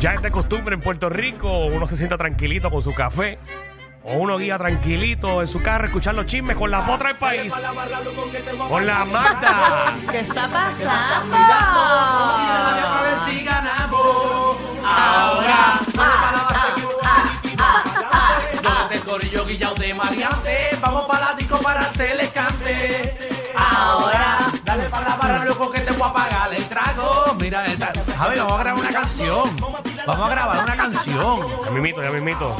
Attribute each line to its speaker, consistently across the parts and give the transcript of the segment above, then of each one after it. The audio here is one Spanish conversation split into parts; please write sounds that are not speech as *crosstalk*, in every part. Speaker 1: Ya es de costumbre en Puerto Rico, uno se sienta tranquilito con su café. O uno guía tranquilito en su carro, escuchar los chismes con la potra del país. Con la Magda.
Speaker 2: ¿Qué está pasando? Ah,
Speaker 3: Yo te corillo guillao de Mariante. Vamos para la disco para hacerle cante. Ahora, dale para la barra, loco, que te voy a pagar el trago. Mira esa. Javi, vamos a grabar una canción. Vamos a grabar una canción.
Speaker 1: Ya mimito, ya mimito.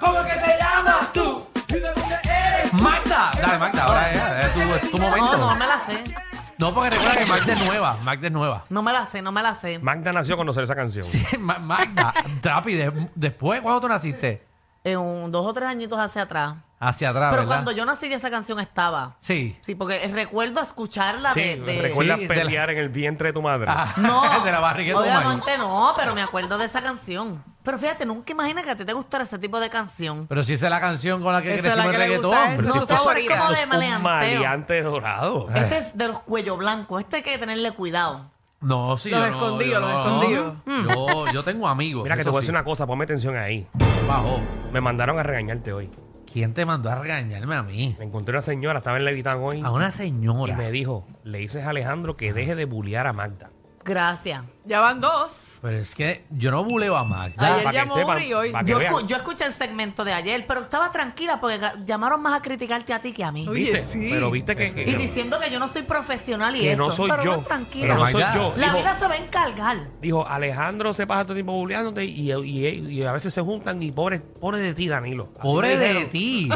Speaker 3: ¿Cómo que te llamas tú? ¿Y de dónde eres? Magda. Dale, Magda, ahora es, es tu, es tu
Speaker 2: No,
Speaker 3: momento.
Speaker 2: no me la sé.
Speaker 3: No, porque recuerda que Magda es nueva. Magda es nueva.
Speaker 2: No me la sé, no me la sé.
Speaker 1: Magda nació con conocer esa canción.
Speaker 3: Sí, Ma- Magda, rápido. Después, ¿cuándo tú naciste?
Speaker 2: En un- dos o tres añitos hacia atrás.
Speaker 1: Ah,
Speaker 3: Hacia atrás,
Speaker 2: Pero
Speaker 3: ¿verdad?
Speaker 2: cuando yo nací ya esa canción estaba.
Speaker 3: Sí.
Speaker 2: Sí, porque recuerdo escucharla
Speaker 1: Sí,
Speaker 2: de... de- Ah,
Speaker 1: recuerda
Speaker 3: Sí, de la-
Speaker 1: pelear en el vientre de tu madre.
Speaker 2: *laughs*
Speaker 3: *laughs*
Speaker 1: *laughs*
Speaker 2: No,
Speaker 3: de la barriga de tu madre.
Speaker 2: obviamente no, pero me acuerdo de esa canción. Pero fíjate, nunca imaginé que a ti te gustara ese tipo de canción.
Speaker 3: Pero si esa es la canción con la que
Speaker 4: Esa es
Speaker 3: crecimos el
Speaker 4: la que le gusta
Speaker 3: reggaetón.
Speaker 4: a él,
Speaker 3: pero
Speaker 4: su
Speaker 3: si
Speaker 2: No,
Speaker 3: esto-
Speaker 2: eso es
Speaker 4: favorita.
Speaker 2: como
Speaker 1: Es
Speaker 2: de
Speaker 1: un
Speaker 2: maleanteo.
Speaker 1: maleante dorado.
Speaker 2: Este es de los cuello blancos. Este hay que tenerle cuidado.
Speaker 3: No, sí,
Speaker 4: Los
Speaker 3: yo no,
Speaker 4: escondidos,
Speaker 3: yo
Speaker 4: los
Speaker 3: no.
Speaker 4: escondidos. Mm.
Speaker 3: Yo, yo tengo amigos.
Speaker 1: Mira que te
Speaker 3: eso
Speaker 1: voy a decir
Speaker 3: sí.
Speaker 1: una cosa, ponme atención ahí.
Speaker 3: Bajo.
Speaker 1: Me mandaron a regañarte hoy.
Speaker 3: ¿Quién te mandó a regañarme a mí?
Speaker 1: Me encontré una señora, estaba en Levitán hoy.
Speaker 3: A una
Speaker 1: Y
Speaker 3: señora.
Speaker 1: me dijo, le dices a Alejandro que deje de bullear a Magda.
Speaker 2: Gracias.
Speaker 4: Ya van dos.
Speaker 3: Pero es que yo no buleo a Magda.
Speaker 4: Ayer
Speaker 1: pa' que
Speaker 4: llamó
Speaker 1: sepan,
Speaker 4: Uri, hoy.
Speaker 1: pa' que
Speaker 2: Yo,
Speaker 1: vean.
Speaker 2: escu- yo escuché el segmento de ayer, pero estaba tranquila porque ga- llamaron más a criticarte a ti que a mí.
Speaker 4: Uy,
Speaker 1: ¿Viste?
Speaker 4: Oye, sí.
Speaker 1: Pero viste que, que-
Speaker 2: Y diciendo que yo no soy profesional y
Speaker 1: que
Speaker 2: eso.
Speaker 1: no soy
Speaker 2: pero
Speaker 1: yo.
Speaker 2: no, tranquila.
Speaker 1: Pero no
Speaker 3: My
Speaker 1: soy
Speaker 3: God.
Speaker 1: yo.
Speaker 2: La
Speaker 1: Dijo,
Speaker 2: vida se va a encargar.
Speaker 1: dijo, Alejandro se pasa todo el tiempo bulleándote y, y- y a veces se juntan y pobre, pobre de ti, Danilo. Así me
Speaker 3: Pobre de
Speaker 1: dijeron.
Speaker 3: ti.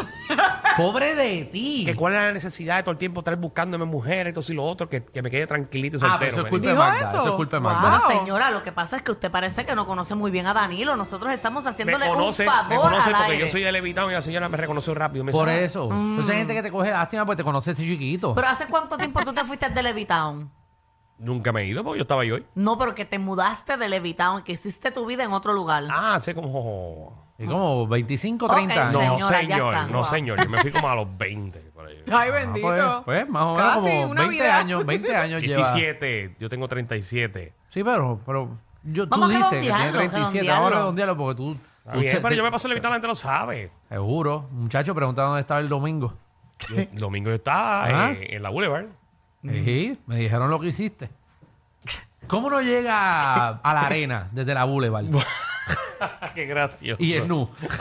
Speaker 3: Pobre de ti. Ah,
Speaker 1: Que cuál era la necesidad de todo el tiempo estar buscándome mujeres, esto y lo otro, que, que me quede tranquilito y soltero.
Speaker 3: Ah, pero eso es
Speaker 1: me
Speaker 3: culpa
Speaker 1: dijo.
Speaker 3: de
Speaker 4: ¿Dijo
Speaker 3: Magda.
Speaker 4: eso?
Speaker 3: Eso? es culpa de
Speaker 4: Wow.
Speaker 3: Magda.
Speaker 2: Bueno, señora, lo que pasa es que usted parece que no conoce muy bien a Danilo. Nosotros estamos
Speaker 1: Me
Speaker 2: haciéndole
Speaker 1: conoce, me
Speaker 2: un favor
Speaker 1: conoce
Speaker 2: al
Speaker 1: porque
Speaker 2: aire.
Speaker 1: yo soy el levitado y la señora me reconoció rápido. Me
Speaker 3: Por
Speaker 1: dice, "Ah,
Speaker 3: eso. Entonces hay gente que te coge lástima porque te conoce este chiquito.
Speaker 2: Pero ¿hace cuánto tiempo tú te fuiste de Levitown?
Speaker 1: Nunca me he ido porque yo estaba ahí hoy.
Speaker 2: No, pero que te mudaste de Levitown, que hiciste tu vida en otro lugar.
Speaker 1: Ah, sé como...
Speaker 3: Es como 25 o
Speaker 2: Ok,
Speaker 3: 30 años.
Speaker 1: No,
Speaker 2: Señora, ya
Speaker 1: señor,
Speaker 2: está.
Speaker 1: no,
Speaker 2: Wow.
Speaker 1: señor. Yo me fui como a los 20. por
Speaker 4: *laughs*
Speaker 1: ahí.
Speaker 4: Ay,
Speaker 3: Ah,
Speaker 4: bendito.
Speaker 3: pues, pues, más o menos
Speaker 4: Casi
Speaker 3: como
Speaker 4: una
Speaker 3: 20
Speaker 4: vida.
Speaker 3: años, 20 años lleva.
Speaker 1: 17, yo tengo 37.
Speaker 3: Sí, pero, pero yo, tú
Speaker 2: Vamos a
Speaker 3: dices que tienes
Speaker 2: redondearlo,
Speaker 3: 37.
Speaker 2: redondearlo.
Speaker 3: Ahora redondealo porque tú...
Speaker 1: Está
Speaker 3: tú
Speaker 1: bien,
Speaker 3: che-
Speaker 1: pero
Speaker 3: te-
Speaker 1: yo me paso levitado, la gente lo
Speaker 3: *laughs*
Speaker 1: sabe.
Speaker 3: Seguro. Muchacho, pregunta dónde estaba el domingo.
Speaker 1: Yo- el domingo yo estaba
Speaker 3: Ah.
Speaker 1: eh, en la Boulevard. *laughs*
Speaker 3: Sí, me dijeron lo que hiciste. ¿Cómo no llega a la arena desde la
Speaker 1: *laughs*
Speaker 3: Boulevard?
Speaker 1: Qué gracioso.
Speaker 3: Y es nu. *laughs*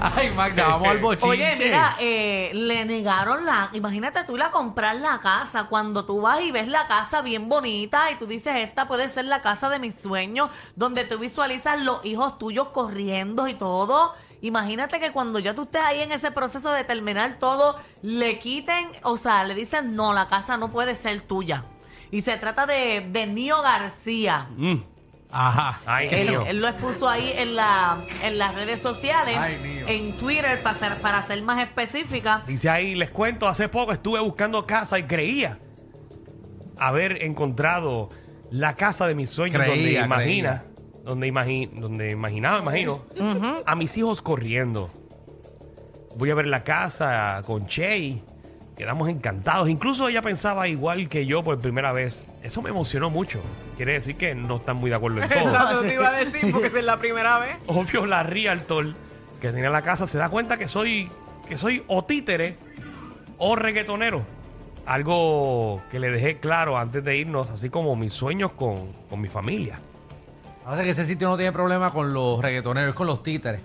Speaker 3: Ay, Magda, vamos al bochinche.
Speaker 2: Oye, mira, eh, le negaron la. Imagínate tú ir a comprar la casa. Cuando tú vas y ves la casa bien bonita y tú dices, esta puede ser la casa de mis sueños, donde tú visualizas los hijos tuyos corriendo y todo. Imagínate que cuando ya tú estés ahí en ese proceso de terminar todo, le quiten, o sea, le dicen, no, la casa no puede ser tuya. Y se trata de, de Nio García.
Speaker 1: Mm.
Speaker 3: Ajá.
Speaker 1: Ay,
Speaker 2: Él,
Speaker 1: genio.
Speaker 2: él lo expuso ahí en, la, en las redes sociales,
Speaker 3: Ay, mío.
Speaker 2: en Twitter, para ser, para ser más específica.
Speaker 1: Dice ahí, les cuento, hace poco estuve buscando casa y creía haber encontrado la casa de mis sueños
Speaker 3: Creía,
Speaker 1: donde imagina, donde imagi- donde imaginaba, imagino, a mis hijos corriendo. Voy a ver la casa con Che. Quedamos encantados. Incluso ella pensaba igual que yo por primera vez. Eso me emocionó mucho. Quiere decir que no están muy de acuerdo
Speaker 4: *laughs*
Speaker 1: en todo.
Speaker 4: *laughs* Exacto, te iba a decir
Speaker 3: *laughs*
Speaker 4: porque esa es la primera vez.
Speaker 1: obvio la realtor que tenía la casa se da cuenta que soy que soy o títere o reggaetonero algo que le dejé claro antes de irnos así como mis sueños con, con mi familia
Speaker 3: Ahora que ese sitio no tiene problema con los reggaetoneros, es con los títeres.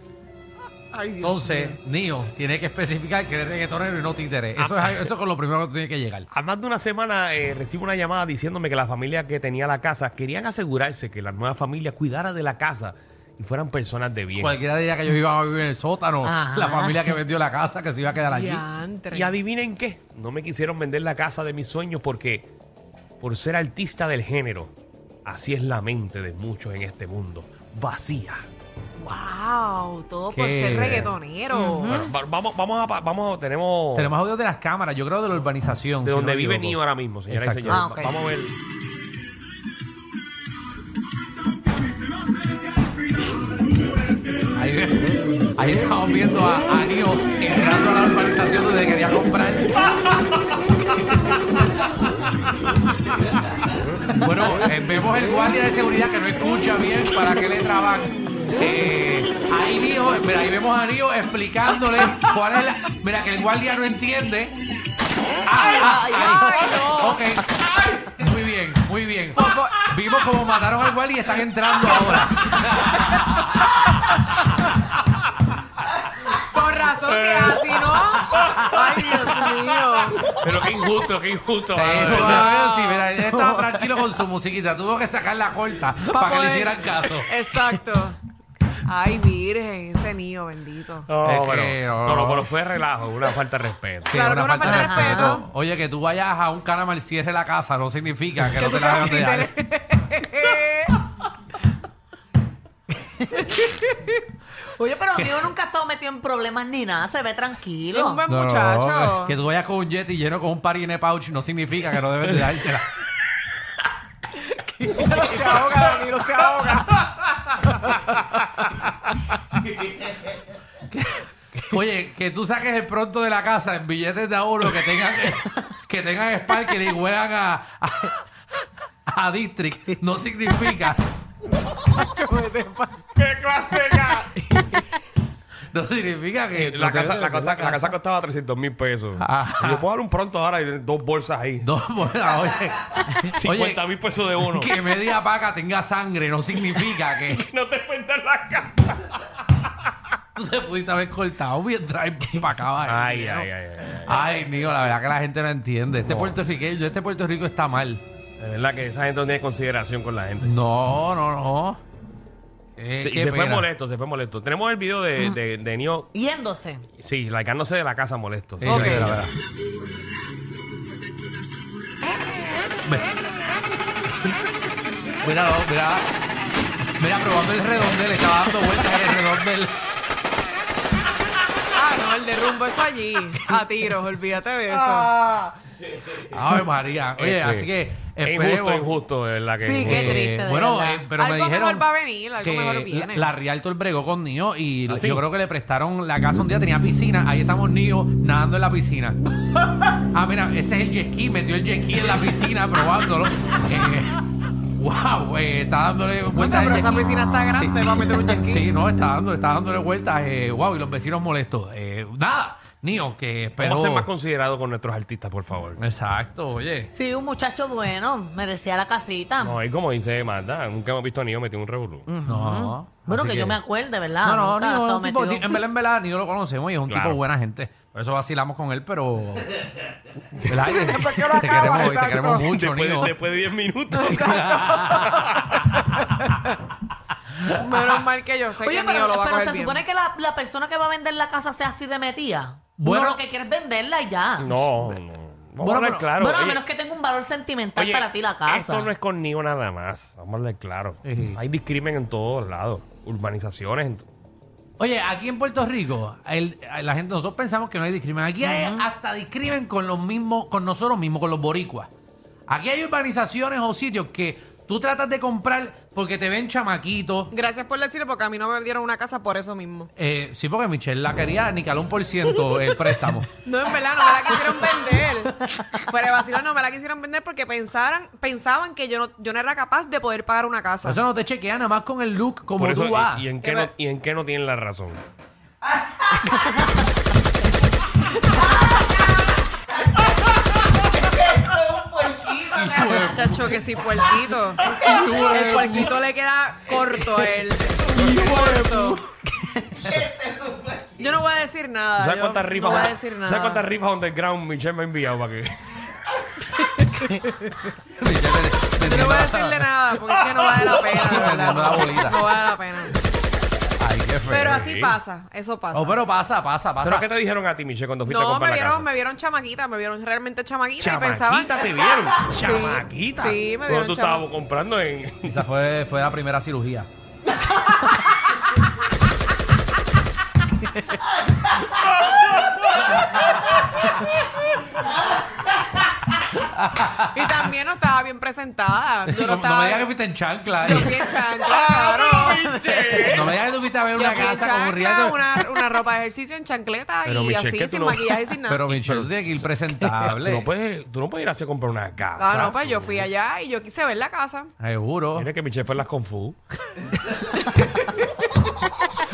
Speaker 4: Ay, Dios
Speaker 3: Entonces, Nio tiene que especificar que eres reggaetonero y no títere. Eso es, eso es con lo primero que tú tienes que llegar.
Speaker 1: a más de una semana eh, recibo una llamada diciéndome que la familia que tenía la casa querían asegurarse que la nueva familia cuidara de la casa y fueran personas de bien
Speaker 3: Cualquiera diría que ellos iban a vivir en el sótano,
Speaker 2: Ajá.
Speaker 3: la familia que vendió la casa, que se iba a quedar allí.
Speaker 4: Diantre.
Speaker 1: Y adivinen qué, no me quisieron vender la casa de mis sueños porque por ser artista del género, así es la mente de muchos en este mundo, vacía.
Speaker 4: Wow, todo por
Speaker 3: Qué
Speaker 4: ser
Speaker 3: bien.
Speaker 4: reggaetonero.
Speaker 2: ¿Mm?
Speaker 1: Bueno, va- vamos, vamos a, pa- vamos a- tenemos,
Speaker 3: Tenemos audios de las cámaras, yo creo de la urbanización.
Speaker 1: de
Speaker 3: si
Speaker 1: donde
Speaker 3: no me
Speaker 1: vive
Speaker 3: equivoco.
Speaker 1: Nio ahora mismo, señoras
Speaker 3: Exacto.
Speaker 1: y señores.
Speaker 2: Ah, ok.
Speaker 1: Vamos a ver.
Speaker 3: Ahí, ahí estamos viendo a, a Nio entrando a la urbanización donde quería comprar. Bueno, eh, vemos el guardia de seguridad que no escucha bien para qué le traban. Eh, ahí Río, mira, ahí vemos a Río explicándole cuál es la. Mira, que el guardia no entiende. ¡Ay, ay,
Speaker 4: ay, no.
Speaker 3: Ok. Muy bien, muy bien. Vimos cómo mataron al guardia y están entrando ahora.
Speaker 4: Con razón, si es así, ¿no? Ay, Dios mío.
Speaker 1: Pero qué injusto, qué injusto.
Speaker 3: Eh,
Speaker 1: mano, de
Speaker 3: no,
Speaker 1: verdad.
Speaker 3: no, sí, mira, él estaba tranquilo con su musiquita. Tuvo que sacar la corta para, que le
Speaker 4: poder-
Speaker 3: hicieran caso.
Speaker 4: Exacto. Ay, virgen, ese niño bendito.
Speaker 1: No,
Speaker 3: Es que
Speaker 1: pero,
Speaker 3: no.
Speaker 1: no, no, pero fue relajo, una falta de respeto.
Speaker 3: *laughs* Sí,
Speaker 4: Claro
Speaker 3: una
Speaker 4: que una falta de respeto.
Speaker 3: Oye, que tú vayas a un canama al cierre de la casa no significa que no
Speaker 4: tú
Speaker 3: te la hagan
Speaker 4: seas
Speaker 3: de
Speaker 4: títere.
Speaker 2: Oye, pero Río nunca ha estado metido en problemas ni nada, se ve
Speaker 4: *laughs* Es un
Speaker 2: tranquilo.
Speaker 4: buen muchacho.
Speaker 3: que tú vayas con un jetty lleno con un parine pouch no significa que no debes de
Speaker 4: *laughs*
Speaker 3: dártela.
Speaker 4: Danilo se ahoga, Danilo se ahoga.
Speaker 3: *laughs* Oye, que tú saques el pronto de la casa en billetes de a uno que tengan, que tengan Sparkle y huelan a, a, a District no significa,
Speaker 1: ¡Qué clase!
Speaker 3: no significa que
Speaker 1: *laughs* La
Speaker 3: no te
Speaker 1: casa, la,
Speaker 3: debes de
Speaker 1: casa,
Speaker 3: meter
Speaker 1: la casa costaba 300 mil pesos.
Speaker 3: Ajá.
Speaker 1: Yo puedo dar un pronto ahora y dos bolsas ahí.
Speaker 3: No, bueno, oye.
Speaker 1: 50 mil pesos de uno.
Speaker 3: Que media vaca tenga sangre no significa que *laughs*
Speaker 1: No te cuentan la casa.
Speaker 3: tú te pudiste haber cortado mientras para acabar.
Speaker 1: Ay, ay, ay, ay,
Speaker 3: Ay, mío, la verdad que la gente no entiende. Este
Speaker 1: No.
Speaker 3: puertorriqueño, este Puerto Rico está mal.
Speaker 1: De verdad que esa gente no tiene consideración con la gente.
Speaker 3: No, no, no. Eh,
Speaker 1: Se- y
Speaker 3: qué
Speaker 1: se fue
Speaker 3: pena.
Speaker 1: molesto, se fue molesto. Tenemos el video de, de, de Nio,
Speaker 2: Yéndose.
Speaker 1: sí, laigándose de la casa molesto.
Speaker 3: Sí,
Speaker 4: Ok.
Speaker 3: la verdad, la verdad. Ve- Míralo, mira. Mira, probando el redondel, estaba dando vueltas en el
Speaker 1: *laughs*
Speaker 3: redondel.
Speaker 4: Ah, no, el derrumbo eso allí. A tiros, olvídate de eso.
Speaker 3: Ah.
Speaker 2: Ah.
Speaker 3: Ay, María. Oye,
Speaker 1: Este,
Speaker 3: así que
Speaker 1: Es injusto,
Speaker 3: esperemos.
Speaker 1: injusto, de verdad que.
Speaker 2: Sí, qué
Speaker 3: Eh,
Speaker 2: triste, de
Speaker 3: bueno,
Speaker 2: verdad.
Speaker 3: eh, pero me
Speaker 4: Algo
Speaker 3: dijeron
Speaker 4: mejor va a venir, algo mejor viene.
Speaker 3: La Rialto el bregó con Nio y
Speaker 1: ¿Ah, sí?
Speaker 3: yo creo que le prestaron la casa un día, tenía piscina, ahí estamos Nio nadando en la
Speaker 1: *laughs*
Speaker 3: piscina. Ah, mira, ese es el jet ski, metió el jet ski en la
Speaker 1: *laughs*
Speaker 3: piscina probándolo. Eh, wow, eh, está dándole vueltas.
Speaker 1: Pues
Speaker 4: Cuenta,
Speaker 3: el
Speaker 4: pero
Speaker 3: jet
Speaker 4: esa
Speaker 3: ski.
Speaker 4: piscina está grande, va a meter un jet ski.
Speaker 3: Sí, no, está dando, está dándole vueltas. eh, wow, y los vecinos molestos. Eh, nada, Nio, que
Speaker 1: Vamos
Speaker 3: esperó.
Speaker 1: a ser más considerados con nuestros artistas, por favor.
Speaker 3: Exacto, oye.
Speaker 2: Sí, un muchacho bueno, merecía la casita.
Speaker 1: No, y como dice Marta, nunca hemos visto a Nio metido un revolú.
Speaker 3: Mm, No.
Speaker 2: bueno,
Speaker 3: así
Speaker 2: que, yo me acuerde, ¿verdad?
Speaker 3: No, no,
Speaker 2: Ah, Nunca
Speaker 3: Nio
Speaker 2: ha
Speaker 3: es
Speaker 2: estado
Speaker 3: un tipo-
Speaker 2: metido.
Speaker 3: en verdad, en verdad, Nio lo conocemos y es un
Speaker 1: Claro.
Speaker 3: tipo buena gente. Por eso vacilamos con él, pero. ¿Verdad? Te,
Speaker 4: qué lo
Speaker 3: te
Speaker 4: acabas?
Speaker 3: queremos, y te
Speaker 4: Exacto.
Speaker 3: queremos mucho,
Speaker 1: después,
Speaker 3: Nio.
Speaker 1: de, después de 10 minutos. *laughs*
Speaker 4: Menos mal que yo sé
Speaker 2: Oye,
Speaker 4: que
Speaker 2: pero,
Speaker 4: Nio lo va a
Speaker 2: pero
Speaker 4: coger
Speaker 2: se
Speaker 4: bien.
Speaker 2: supone que la, la persona que va a vender la casa sea así de metida.
Speaker 3: Bueno.
Speaker 2: Bueno, lo que quieres es venderla y ya.
Speaker 1: *laughs* no, no. Vamos
Speaker 3: Bueno,
Speaker 1: a hablar
Speaker 3: pero-
Speaker 1: claro.
Speaker 2: bueno, a
Speaker 1: Oye,
Speaker 2: menos que tenga un valor sentimental
Speaker 1: oye,
Speaker 2: para ti la casa.
Speaker 1: Esto no es con Nio nada más. Vamos a hablar claro.
Speaker 3: Ujú.
Speaker 1: Hay discrimen en todos lados. Urbanizaciones. en-
Speaker 3: Oye, aquí en Puerto Rico, el- la gente, nosotros pensamos que no hay discrimen. Aquí hay hasta discrimen con los mismos, con nosotros mismos, con los boricuas. Aquí hay urbanizaciones o sitios que tú tratas de comprar porque te ven chamaquitos.
Speaker 4: Gracias por decirlo, porque a mí no me dieron una casa por eso mismo.
Speaker 3: Eh, sí, porque Michelle la quería ni calón por ciento el
Speaker 1: *laughs*
Speaker 3: préstamo.
Speaker 4: No, en verdad, no me la quisieron *laughs* vender. Fuera de vacilón, no me la quisieron vender porque pensaran, pensaban que yo no, yo no era capaz de poder pagar una casa.
Speaker 3: Por eso no te chequea nada más con el look como
Speaker 1: Por
Speaker 3: tú
Speaker 1: eso,
Speaker 3: vas.
Speaker 1: y, y en qué
Speaker 4: Que
Speaker 1: no,
Speaker 4: me-
Speaker 1: y en qué no tienen la razón.
Speaker 4: Chacho, que
Speaker 1: *laughs*
Speaker 4: sí, puerquito. El puerquito le queda corto a él.
Speaker 1: *laughs*
Speaker 4: Corto. Yo no voy a decir nada.
Speaker 1: ¿Tú sabes
Speaker 4: Ah, yo
Speaker 1: cuántas rifas?
Speaker 4: No voy a
Speaker 1: under-
Speaker 4: decir
Speaker 1: ¿tú
Speaker 4: nada.
Speaker 1: ¿Sabes cuántas rifas underground Michelle me ha enviado
Speaker 3: *laughs*
Speaker 1: para que?
Speaker 3: Michelle le- le
Speaker 4: Yo no voy a
Speaker 3: tiene-
Speaker 4: decirle nada porque es que no vale la pena, de verdad.
Speaker 3: Vendiendo la bolita.
Speaker 4: No vale la pena.
Speaker 3: Ay, qué feo.
Speaker 4: Pero así pasa, eso pasa.
Speaker 3: Pues Oh, pero pasa, pasa, pasa.
Speaker 1: ¿Pero qué te dijeron a ti, Michelle, cuando fuiste a
Speaker 4: no,
Speaker 1: comprar
Speaker 4: me
Speaker 1: la
Speaker 4: vieron,
Speaker 1: casa?
Speaker 4: me vieron chamaquita, me vieron realmente chamaquita, y pensaban.
Speaker 1: Chamaquita te
Speaker 4: *laughs*
Speaker 1: vieron. Chamaquita.
Speaker 4: sí, me
Speaker 1: Cuando
Speaker 4: vieron
Speaker 1: tú
Speaker 4: chama-
Speaker 1: estabas comprando en.
Speaker 3: Esa fue, fue la primera cirugía.
Speaker 4: Y también no estaba bien presentada. Yo
Speaker 3: No, no
Speaker 4: no
Speaker 3: me
Speaker 4: estaba.
Speaker 3: digas que fuiste en chancla.
Speaker 4: yo
Speaker 3: eh. *laughs*
Speaker 4: fui en chancla,
Speaker 1: ¡Ah,
Speaker 4: claro.
Speaker 1: pero pinche!
Speaker 3: No me digas que tú fuiste a ver
Speaker 4: Yo
Speaker 3: una
Speaker 4: fui en
Speaker 3: casa
Speaker 4: chancla,
Speaker 3: con riendo.
Speaker 4: una, una ropa de ejercicio en chancleta
Speaker 1: Pero,
Speaker 4: y
Speaker 1: Michelle,
Speaker 4: así,
Speaker 1: que tú
Speaker 4: sin
Speaker 1: no-
Speaker 4: maquillaje y sin nada.
Speaker 3: Pero Michelle, tú tienes *laughs* que ir presentable.
Speaker 1: Tú no, puedes, tú no puedes ir así a comprar una casa.
Speaker 4: Ah, no, pues yo fui allá y yo quise ver la casa.
Speaker 3: Seguro.
Speaker 1: Mira que Michelle fue a las Confu.
Speaker 3: *laughs*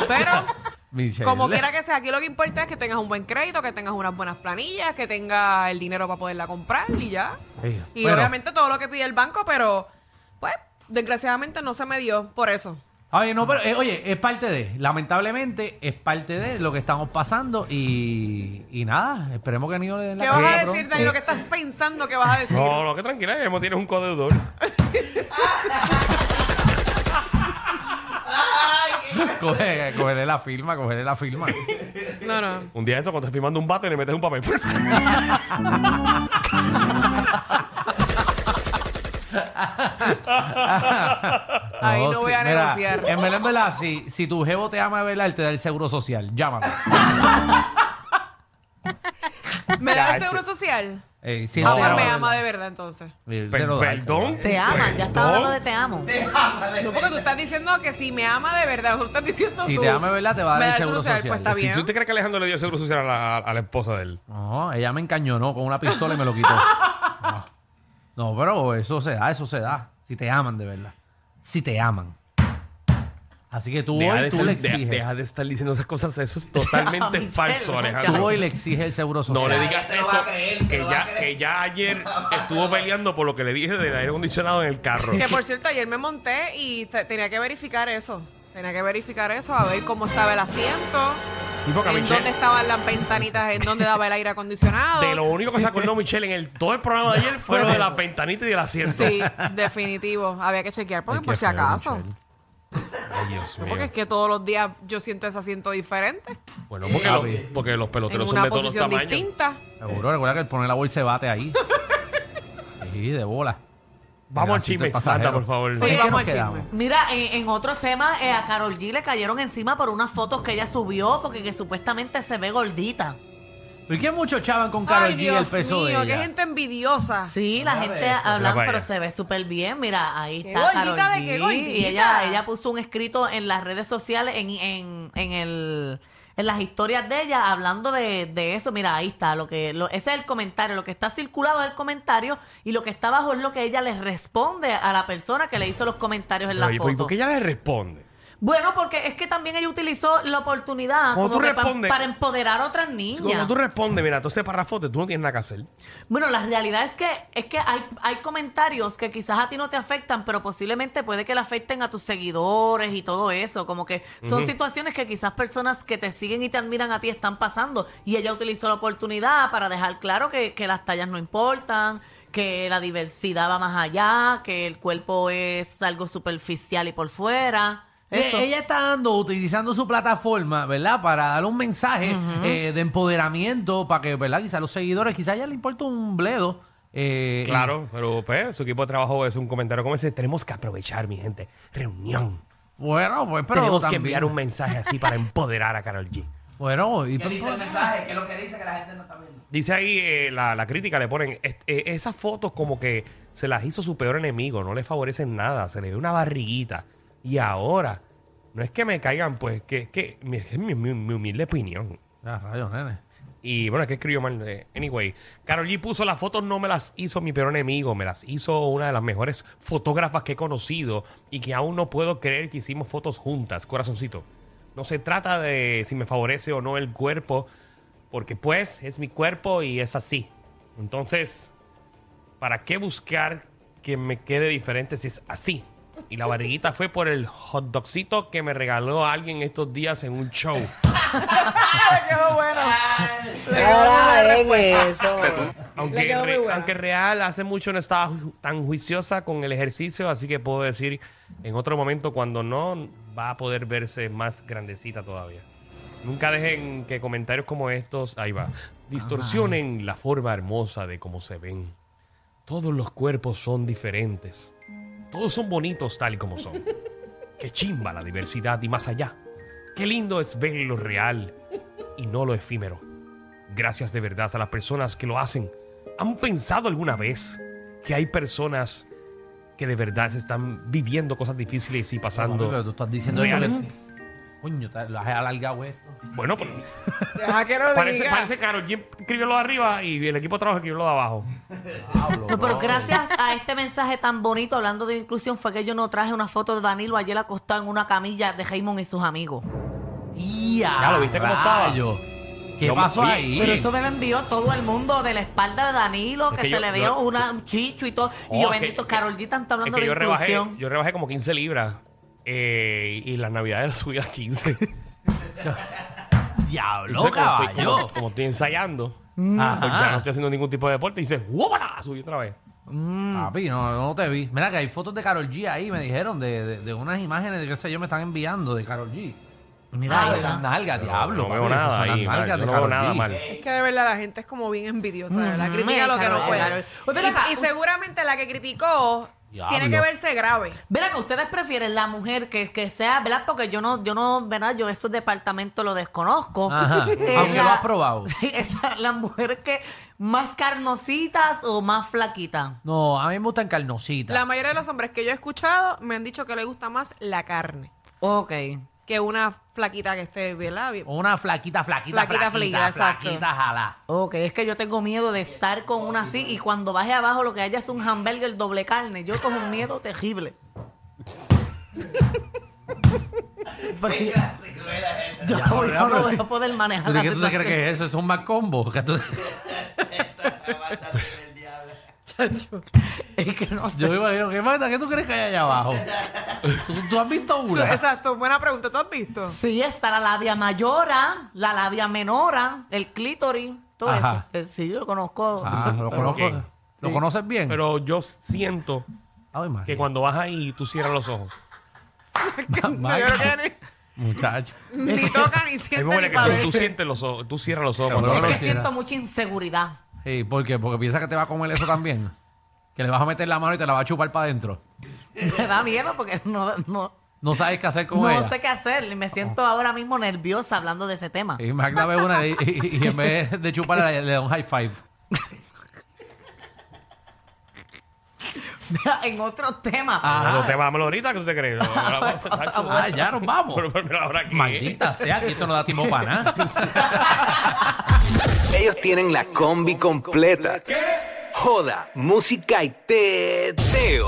Speaker 4: Pero,
Speaker 3: Michelle.
Speaker 4: como quiera que sea, aquí lo que importa es que tengas un buen crédito, que tengas unas buenas planillas, que tengas el dinero para poderla comprar y ya.
Speaker 3: Ey,
Speaker 4: Y
Speaker 3: bueno,
Speaker 4: obviamente todo lo que pide el banco, pero pues desgraciadamente no se me dio por eso.
Speaker 3: Oye, no, pero, eh, oye, es parte de, lamentablemente, es parte de lo que estamos pasando y, y nada, esperemos que no le den la
Speaker 4: ¿Qué vas
Speaker 3: cara
Speaker 4: a decir,
Speaker 3: pronto.
Speaker 4: Dani? Lo que estás pensando que vas a decir.
Speaker 1: No, no, que tranquila, Emo tiene un codeudor.
Speaker 3: *laughs* Coge- Cogerle la firma, cogerle la firma.
Speaker 4: No,
Speaker 3: *laughs*
Speaker 4: no.
Speaker 1: Un día de esto, cuando estás firmando un bate, le metes un papel.
Speaker 4: Ahí no voy a
Speaker 3: mira,
Speaker 4: negociar.
Speaker 3: En verdad, en verdad, si, si tu jevo te ama de verdad, él te da el seguro social. Llámame.
Speaker 4: ¿Me da el
Speaker 1: Chacho.
Speaker 4: seguro social?
Speaker 3: Eh, si él
Speaker 4: Ah,
Speaker 3: te
Speaker 4: pues
Speaker 3: ama
Speaker 4: me
Speaker 3: de
Speaker 4: ama de
Speaker 3: verdad,
Speaker 4: verdad entonces.
Speaker 3: él te
Speaker 1: Per-
Speaker 3: lo da, él te lo
Speaker 1: perdón.
Speaker 3: da.
Speaker 2: Te aman, ya está hablando de te amo.
Speaker 4: No, porque tú estás diciendo que si me ama de verdad, tú estás diciendo
Speaker 3: Si
Speaker 4: tú.
Speaker 3: te ama de verdad, te va a
Speaker 4: me
Speaker 3: dar el
Speaker 4: da
Speaker 3: seguro social.
Speaker 4: Pues está
Speaker 1: *laughs* Si
Speaker 4: bien.
Speaker 1: tú te crees que Alejandro le dio el seguro social a la, a la esposa de él.
Speaker 3: No, ella me encañonó con una pistola y me lo quitó.
Speaker 4: *laughs*
Speaker 3: No. No, pero eso se da, eso se da. Si te aman de verdad. Si te aman. Así que tú
Speaker 1: Deja
Speaker 3: hoy
Speaker 1: de,
Speaker 3: tú le
Speaker 1: estar, deja-
Speaker 3: exiges.
Speaker 1: deja de estar diciendo esas cosas. Eso es
Speaker 4: *laughs*
Speaker 1: totalmente
Speaker 2: Michelle,
Speaker 1: falso,
Speaker 2: no,
Speaker 1: Alejandro.
Speaker 2: ya.
Speaker 3: Tú hoy le exiges el seguro
Speaker 1: No
Speaker 3: social.
Speaker 1: le digas
Speaker 5: se lo
Speaker 1: eso.
Speaker 5: va a creer, se
Speaker 1: que,
Speaker 5: lo va
Speaker 1: ya,
Speaker 5: a creer.
Speaker 1: que
Speaker 5: *laughs*
Speaker 1: ya ayer estuvo peleando por lo que le dije del aire acondicionado en el carro.
Speaker 4: Que por cierto, ayer me monté y te- tenía que verificar eso. Tenía que verificar eso, a ver cómo estaba el asiento,
Speaker 1: Sí, porque
Speaker 4: en dónde
Speaker 1: Michelle,
Speaker 4: estaban las ventanitas, en dónde daba el aire acondicionado.
Speaker 1: de lo único que se acordó Michelle en el, todo el programa de ayer fue lo de las ventanitas y del asiento.
Speaker 4: eh, Sí, definitivo. Había que chequear porque
Speaker 3: Ay,
Speaker 4: por
Speaker 3: qué
Speaker 4: si
Speaker 3: feo,
Speaker 4: acaso.
Speaker 3: Michelle.
Speaker 1: Ay, Dios mío.
Speaker 4: Porque es que todos los días yo siento ese asiento diferente,
Speaker 1: Bueno, porque,
Speaker 3: Javi.
Speaker 1: los, porque los
Speaker 4: en
Speaker 1: peloteros son
Speaker 4: una
Speaker 1: de todos los
Speaker 4: posición
Speaker 1: tamaños.
Speaker 4: distinta.
Speaker 3: Seguro, recuerda que el poner la bolsa se bate ahí. Sí, de bola.
Speaker 1: Vamos al
Speaker 3: Así
Speaker 1: chisme,
Speaker 3: el pasajero.
Speaker 1: Santa, por favor.
Speaker 4: Sí,
Speaker 3: ¿En qué
Speaker 4: vamos
Speaker 3: nos
Speaker 4: al
Speaker 3: quedamos?
Speaker 4: chisme.
Speaker 2: Mira, en, en otros temas, eh, a Carol G le cayeron encima por unas fotos que ella subió porque que supuestamente se ve gordita.
Speaker 3: ¿Y qué mucho chavan con Karol
Speaker 4: Ay,
Speaker 3: G y el
Speaker 4: Dios
Speaker 3: peso
Speaker 4: mío,
Speaker 3: de
Speaker 4: qué
Speaker 3: ella?
Speaker 4: gente envidiosa.
Speaker 2: Sí, la
Speaker 3: Mira
Speaker 2: gente
Speaker 3: eso.
Speaker 2: hablando,
Speaker 1: Mira para
Speaker 2: pero
Speaker 1: allá.
Speaker 2: se ve súper bien. Mira, ahí
Speaker 4: Qué
Speaker 2: está
Speaker 4: gordita
Speaker 2: Karol
Speaker 4: de
Speaker 2: G.
Speaker 4: qué
Speaker 2: Y
Speaker 4: gordita.
Speaker 2: ella, ella puso un escrito en las redes sociales, en, en, en el en las historias de ella hablando de, de eso mira ahí está lo que lo- ese es el comentario lo que está circulado es el comentario y lo que está abajo es lo que ella les responde a la persona que le hizo los comentarios en
Speaker 1: Pero,
Speaker 2: la
Speaker 1: ¿y
Speaker 2: foto
Speaker 1: por- ¿Y por qué ella le responde?
Speaker 2: Bueno, porque es que también ella utilizó la oportunidad
Speaker 1: ¿Cómo
Speaker 2: como
Speaker 1: tú
Speaker 2: que pa-
Speaker 1: respondes?
Speaker 2: para empoderar a otras
Speaker 1: Cuando
Speaker 2: niñas.
Speaker 1: tú respondes, mira, tú para fotos, tú no tienes nada que hacer.
Speaker 2: Bueno, la realidad es que es que hay, hay comentarios que quizás a ti no te afectan, pero posiblemente puede que le afecten a tus seguidores y todo eso. Como que son situaciones que quizás personas que te siguen y te admiran a ti están pasando. Y ella utilizó la oportunidad para dejar claro que, que las tallas no importan, que la diversidad va más allá, que el cuerpo es algo superficial y por fuera.
Speaker 3: Eh,
Speaker 2: Eso.
Speaker 3: Ella está dando, utilizando su plataforma, ¿verdad? Para dar un mensaje eh, de empoderamiento para que, ¿verdad? Quizás los seguidores, quizás a ella le importa un bledo. eh,
Speaker 1: Claro, pero pues, su equipo de trabajo es un comentario como ese. Tenemos que aprovechar, mi gente. Reunión.
Speaker 3: y- bueno, pues, pero
Speaker 1: Tenemos que
Speaker 3: también-
Speaker 1: enviar un mensaje así para empoderar a Carol G.
Speaker 3: Bueno, y
Speaker 5: ¿Qué dice el mensaje? ¿Qué es lo que dice que la gente no está viendo?
Speaker 1: Dice ahí eh, la, la crítica, le ponen "Est- eh, esas fotos como que se las hizo su peor enemigo, no le favorecen nada, se le ve una barriguita. Y ahora, no es que me caigan, pues, que, que mi- es mi, mi- mi humilde opinión.
Speaker 3: Ah, rayos, nene.
Speaker 1: Y bueno, es que escribió mal. eh, Anyway, Carol G puso las fotos, no me las hizo mi peor enemigo, me las hizo una de las mejores fotógrafas que he conocido y que aún no puedo creer que hicimos fotos juntas, corazoncito. No se trata de si me favorece o no el cuerpo, porque pues es mi cuerpo y es así. Entonces, ¿para qué buscar que me quede diferente si es así? Y la barriguita fue por el hot dogcito que me regaló alguien estos días en un show.
Speaker 6: Ahora ven eso.
Speaker 4: Le
Speaker 1: Aunque,
Speaker 4: quedó muy
Speaker 1: re-
Speaker 4: buena.
Speaker 1: aunque Real hace mucho no estaba ju- tan juiciosa con el ejercicio, así que puedo decir en otro momento cuando no va a poder verse más grandecita todavía. Nunca dejen que comentarios como estos, ahí va, distorsionen la forma hermosa de cómo se ven. Todos los cuerpos son diferentes. Todos son bonitos tal y como son.
Speaker 4: *laughs*
Speaker 1: Qué chimba la diversidad y más allá. Qué lindo es ver lo real y no lo efímero. Gracias de verdad a las personas que lo hacen, ¿Han pensado alguna vez que hay personas que de verdad se están viviendo cosas difíciles y
Speaker 3: Papi,
Speaker 1: pasando?
Speaker 3: pero tú estás diciendo esto
Speaker 1: Real.
Speaker 3: que- Coño, te- lo has alargado esto.
Speaker 1: Bueno, pues,
Speaker 4: Deja que lo
Speaker 1: parece,
Speaker 4: diga.
Speaker 1: parece que Karol G escribió lo de arriba y el equipo de trabajo escribió lo de abajo.
Speaker 3: Pablo,
Speaker 2: No, pero
Speaker 3: bro.
Speaker 2: gracias a este mensaje tan bonito hablando de inclusión fue que yo no traje una foto de Danilo ayer acostado en una camilla de Raymond y sus amigos.
Speaker 3: ¡Ya!
Speaker 1: Ya lo viste cómo estaba.
Speaker 3: rayos. ¿Qué
Speaker 1: Yo me-
Speaker 3: pasó
Speaker 1: Oye,
Speaker 3: ahí?
Speaker 2: Pero eso me lo envió todo el mundo de la espalda de Danilo,
Speaker 1: Es
Speaker 2: que,
Speaker 1: que
Speaker 2: se
Speaker 1: yo-
Speaker 2: le vio
Speaker 1: yo-
Speaker 2: una, un chicho y todo. y
Speaker 1: Oh, es
Speaker 2: yo,
Speaker 1: que-
Speaker 2: bendito, Carol G, tanto hablando
Speaker 1: es que
Speaker 2: de
Speaker 1: yo rebajé,
Speaker 2: Ah, inclusión.
Speaker 1: yo rebajé como 15 libras eh, y las navidades las subí a 15.
Speaker 3: Diablo,
Speaker 1: Entonces, como estoy-
Speaker 3: caballo.
Speaker 1: Como, como estoy ensayando,
Speaker 3: Ajá.
Speaker 1: pues ya no estoy haciendo ningún tipo de deporte y dice, ¡Wópala! Subí otra vez.
Speaker 3: Papi, no, no te vi. Mira que hay fotos de Carol G ahí, me dijeron, de, de, de unas imágenes de qué sé yo me están enviando de Carol G.
Speaker 2: Mira,
Speaker 3: Ah,
Speaker 2: ahí
Speaker 3: de
Speaker 2: está.
Speaker 3: las nalgas, diablo.
Speaker 1: no
Speaker 3: papi,
Speaker 1: veo
Speaker 3: esas
Speaker 1: nada
Speaker 3: son las
Speaker 1: ahí, mal, yo
Speaker 3: nalgas de
Speaker 1: no veo
Speaker 3: Karol
Speaker 1: nada
Speaker 3: G.
Speaker 1: mal.
Speaker 4: Es que de verdad la gente es como bien envidiosa, de ¿verdad?
Speaker 2: Mm,
Speaker 4: Critica lo que
Speaker 2: claro,
Speaker 4: no
Speaker 2: claro.
Speaker 4: puede.
Speaker 2: Pues ven acá.
Speaker 4: Y, y seguramente la que criticó
Speaker 3: Diablo.
Speaker 4: tiene que verse grave.
Speaker 2: Verá que ustedes prefieren la mujer que, que sea, ¿verdad? Porque yo no, yo no, ¿verdad? Yo estos departamentos lo desconozco. *laughs*
Speaker 3: Ajá,
Speaker 2: Eh,
Speaker 3: aunque
Speaker 2: la-
Speaker 3: lo has probado.
Speaker 2: Sí, esa- las mujeres que más carnositas o más flaquitas.
Speaker 3: No, a mí me gustan carnositas.
Speaker 4: La mayoría de los hombres que yo he escuchado me han dicho que le gusta más la carne
Speaker 2: Ok.
Speaker 4: que una flaquita que esté, ¿verdad? Bien-
Speaker 3: O una flaquita, flaquita, flaquita,
Speaker 4: Flaquita,
Speaker 3: flaquita,
Speaker 4: flaquita, exacto.
Speaker 3: jala.
Speaker 2: Ok, es que yo tengo miedo de estar con una así y cuando baje abajo lo que haya es un hamburger doble carne. Yo tengo un miedo terrible. Porque yo,
Speaker 3: Ya, pero-
Speaker 2: yo no voy a poder manejar
Speaker 3: ¿De
Speaker 2: la
Speaker 3: qué tú te crees
Speaker 2: situación.
Speaker 3: que es eso? ¿Eso es un más combo? *laughs* ¿Qué tú-
Speaker 2: *laughs* Es que no sé.
Speaker 3: Yo me imagino, ¿qué más? ¿Qué tú crees que hay allá abajo? ¿Tú, tú has visto
Speaker 4: Tú-
Speaker 3: una?
Speaker 4: Exacto, buena pregunta. ¿Tú has visto?
Speaker 2: Sí, está la labia mayora, la labia menora, el clítoris, todo
Speaker 3: Ajá.
Speaker 2: eso. Eh, Sí, yo lo conozco.
Speaker 3: Ah, lo
Speaker 2: Pero-
Speaker 3: conozco.
Speaker 1: ok.
Speaker 3: ¿Lo conoces bien?
Speaker 1: Pero yo siento
Speaker 3: Ay, María.
Speaker 1: que cuando vas ahí tú cierras los ojos.
Speaker 3: Va- *laughs*
Speaker 4: No,
Speaker 3: vaya.
Speaker 4: yo creo que
Speaker 3: Muchacho.
Speaker 1: *laughs*
Speaker 4: ni, ni toca, ni
Speaker 1: Es
Speaker 4: siente,
Speaker 1: muy
Speaker 4: ni
Speaker 1: buena que tú- tú
Speaker 4: padece.
Speaker 1: sientes los ojos, tú cierras los ojos.
Speaker 3: Cabrón,
Speaker 1: cuando
Speaker 2: Es
Speaker 1: vas.
Speaker 2: que
Speaker 3: Conociera.
Speaker 2: siento mucha inseguridad. *laughs*
Speaker 3: Sí, ¿por qué? Porque piensa que te va a comer eso también. Que le vas a meter la mano y te la va a chupar para adentro.
Speaker 2: Me da miedo porque no, no,
Speaker 3: No sabes qué hacer con
Speaker 2: no
Speaker 3: ella.
Speaker 2: sé qué hacer. Y me siento ahora mismo nerviosa hablando de ese tema.
Speaker 3: Y Magda ve una y, y- y en vez de chuparla le, le da un high five.
Speaker 2: *laughs* en otro tema.
Speaker 1: Pero te vámonos ahorita, ¿qué tú te crees? *laughs*
Speaker 3: Ah, ya nos vamos.
Speaker 1: Pero, pero, pero ahora qué.
Speaker 3: Maldita sea, que esto no da tiempo para nada.
Speaker 7: Ellos tienen la combi completa. Joda, música y teo.